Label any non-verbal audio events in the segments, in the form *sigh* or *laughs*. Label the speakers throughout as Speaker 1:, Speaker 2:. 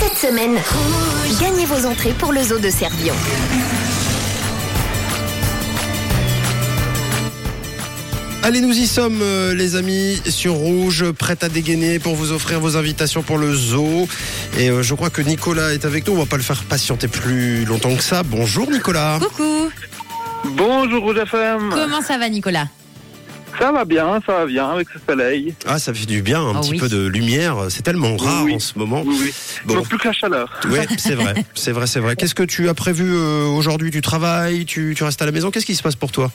Speaker 1: Cette semaine, gagnez vos entrées pour le zoo de Servion.
Speaker 2: Allez, nous y sommes, euh, les amis, sur Rouge, prête à dégainer pour vous offrir vos invitations pour le zoo. Et euh, je crois que Nicolas est avec nous. On va pas le faire patienter plus longtemps que ça. Bonjour, Nicolas.
Speaker 3: Coucou,
Speaker 4: Bonjour Rouge FM.
Speaker 3: comment ça va Nicolas
Speaker 4: Ça va bien, ça va bien avec ce soleil.
Speaker 2: Ah, ça fait du bien, un
Speaker 3: Ah
Speaker 2: petit
Speaker 3: oui.
Speaker 2: peu de lumière. C'est tellement rare
Speaker 4: Oui.
Speaker 2: en ce moment.
Speaker 4: Oui, oui.
Speaker 2: Bon.
Speaker 4: Donc, plus que la chaleur.
Speaker 2: Ouais, c'est vrai, c'est vrai, c'est vrai. Qu'est-ce que tu as prévu euh, aujourd'hui Tu travailles tu, tu restes à la maison Qu'est-ce qui se passe pour toi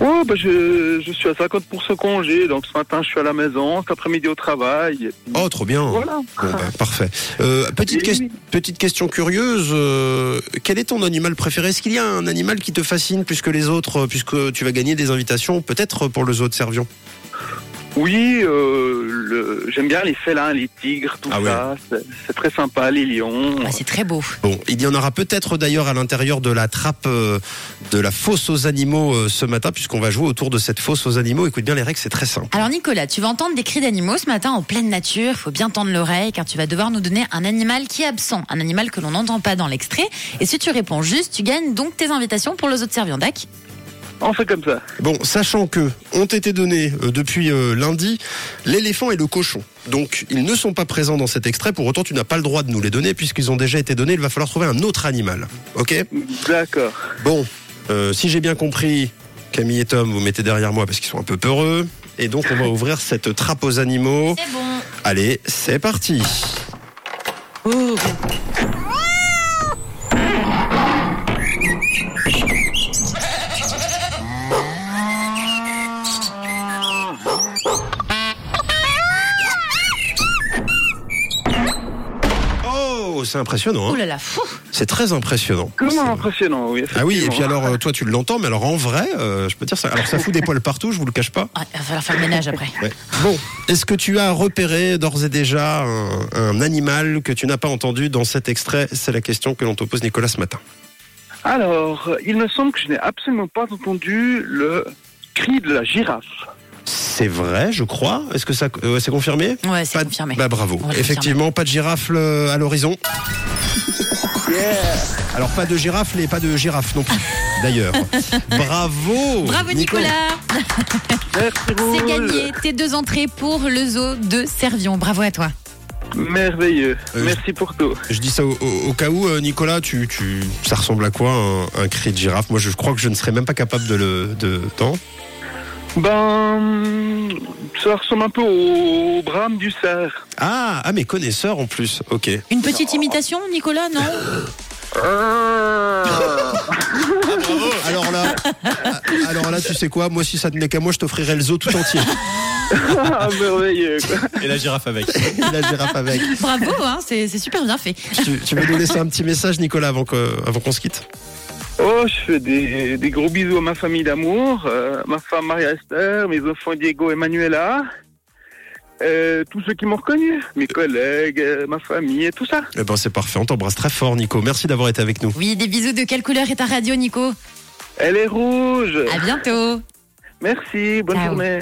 Speaker 4: Oh, bah, je, je suis à 50 pour ce congé. Donc ce matin, je suis à la maison. Cet après-midi, au travail. Et puis,
Speaker 2: Oh, trop bien.
Speaker 4: Voilà.
Speaker 2: Bon, bah, parfait. Euh, petite,
Speaker 4: Oui,
Speaker 2: ques-
Speaker 4: oui.
Speaker 2: petite question curieuse. euh, quel est ton animal préféré Est-ce qu'il y a un animal qui te fascine plus que les autres, euh, puisque tu vas gagner des invitations peut-être euh, pour le zoo de Servion
Speaker 4: Oui, euh, le- j'aime bien les félins, les tigres, tout
Speaker 2: Ah ouais. Ah,
Speaker 4: ça. C'est- C'est très sympa, les lions.
Speaker 3: Bah, C'est très beau.
Speaker 2: Bon, il y en aura peut-être d'ailleurs à l'intérieur de la trappe euh, de la fosse aux animaux euh, ce matin, puisqu'on va jouer autour de cette fosse aux animaux. Écoute bien les règles, c'est très simple.
Speaker 3: Alors Nicolas, tu vas entendre des cris d'animaux ce matin en pleine nature, faut bien tendre l'oreille car tu vas devoir nous donner un animal qui est absent, un animal que l'on n'entend pas dans l'extrait. Et si tu réponds juste, tu gagnes donc tes invitations pour le zoo de Servion, d'accord
Speaker 4: On fait comme ça.
Speaker 2: Bon, sachant que ont été donnés euh, depuis euh, lundi l'éléphant et le cochon. Donc ils ne sont pas présents dans cet extrait, pour autant tu n'as pas le droit de nous les donner puisqu'ils ont déjà été donnés, il va falloir trouver un autre animal. OK
Speaker 4: D'accord.
Speaker 2: Bon, euh, si j'ai bien compris, Camille et Tom, vous mettez derrière moi parce qu'ils sont un peu peureux. Et donc on va ouvrir cette trappe aux animaux.
Speaker 3: C'est bon.
Speaker 2: Allez, c'est parti. Oh, c'est impressionnant.
Speaker 3: Oh
Speaker 2: hein.
Speaker 3: là là, fou.
Speaker 2: C'est très impressionnant. C'est-
Speaker 4: Comment impressionnant, oui.
Speaker 2: Ah oui, et puis
Speaker 4: effectivement.
Speaker 2: alors euh, toi tu l'entends, mais alors en vrai, euh, je peux dire ça. Alors ça fout des poils partout, je vous le cache pas.
Speaker 3: Ah, il va falloir faire le ménage après.
Speaker 2: Bon, est-ce que tu as repéré d'ores et déjà un, un animal que tu n'as pas entendu dans cet extrait C'est la question que l'on te pose Nicolas ce matin.
Speaker 4: Alors, euh, il me semble que je n'ai absolument pas entendu le cri de la girafe.
Speaker 2: C'est vrai, je crois. Est-ce que ça, euh, c'est confirmé
Speaker 3: Ouais, c'est
Speaker 2: Pas de-
Speaker 3: confirmé.
Speaker 2: Bah bravo.
Speaker 3: On l'a confirmé.
Speaker 2: Effectivement, pas de girafle euh, à l'horizon. Alors pas de girafle et pas de girafe non plus. D'ailleurs.
Speaker 3: *laughs*
Speaker 2: Bravo.
Speaker 3: Bravo Nicolas,
Speaker 4: Merci,
Speaker 3: c'est
Speaker 4: Rouge.
Speaker 3: gagné tes deux entrées pour le zoo de Servion. Bravo à toi.
Speaker 4: Merveilleux.
Speaker 2: Euh,
Speaker 4: Merci pour tout.
Speaker 2: Je dis ça au, au- au cas où, euh, Nicolas, tu, tu, ça ressemble à quoi un, un cri de girafe Moi, je crois que je ne serais même pas capable de le. De, non
Speaker 4: Ben, ça ressemble un peu au brame du cerf.
Speaker 2: ah, ah, mes connaisseurs en plus. Ok.
Speaker 3: Une petite imitation Nicolas, non
Speaker 2: Ah. Alors là, ah, alors là, tu sais quoi Moi, si ça tenait qu'à moi, je t'offrirais le zoo tout entier.
Speaker 4: Ah, merveilleux. quoi.
Speaker 5: Et la girafe avec.
Speaker 2: Et la girafe avec.
Speaker 3: Bravo, hein, c'est c'est super bien fait.
Speaker 2: Tu, tu veux nous laisser un petit message, Nicolas, avant que- avant qu'on se quitte
Speaker 4: Oh, je fais des, des gros bisous à ma famille d'amour, euh, ma femme Maria Esther, mes enfants Diego et Manuela, euh, tous ceux qui m'ont reconnu, mes collègues, euh, ma famille et tout ça.
Speaker 2: Eh ben, c'est parfait. On t'embrasse très fort, Nico. Merci d'avoir été avec nous.
Speaker 3: Oui, des bisous. De quelle couleur est ta radio, Nico
Speaker 4: Elle est rouge.
Speaker 3: À bientôt.
Speaker 4: Merci, bonne
Speaker 3: Ah. Ciao.
Speaker 4: journée.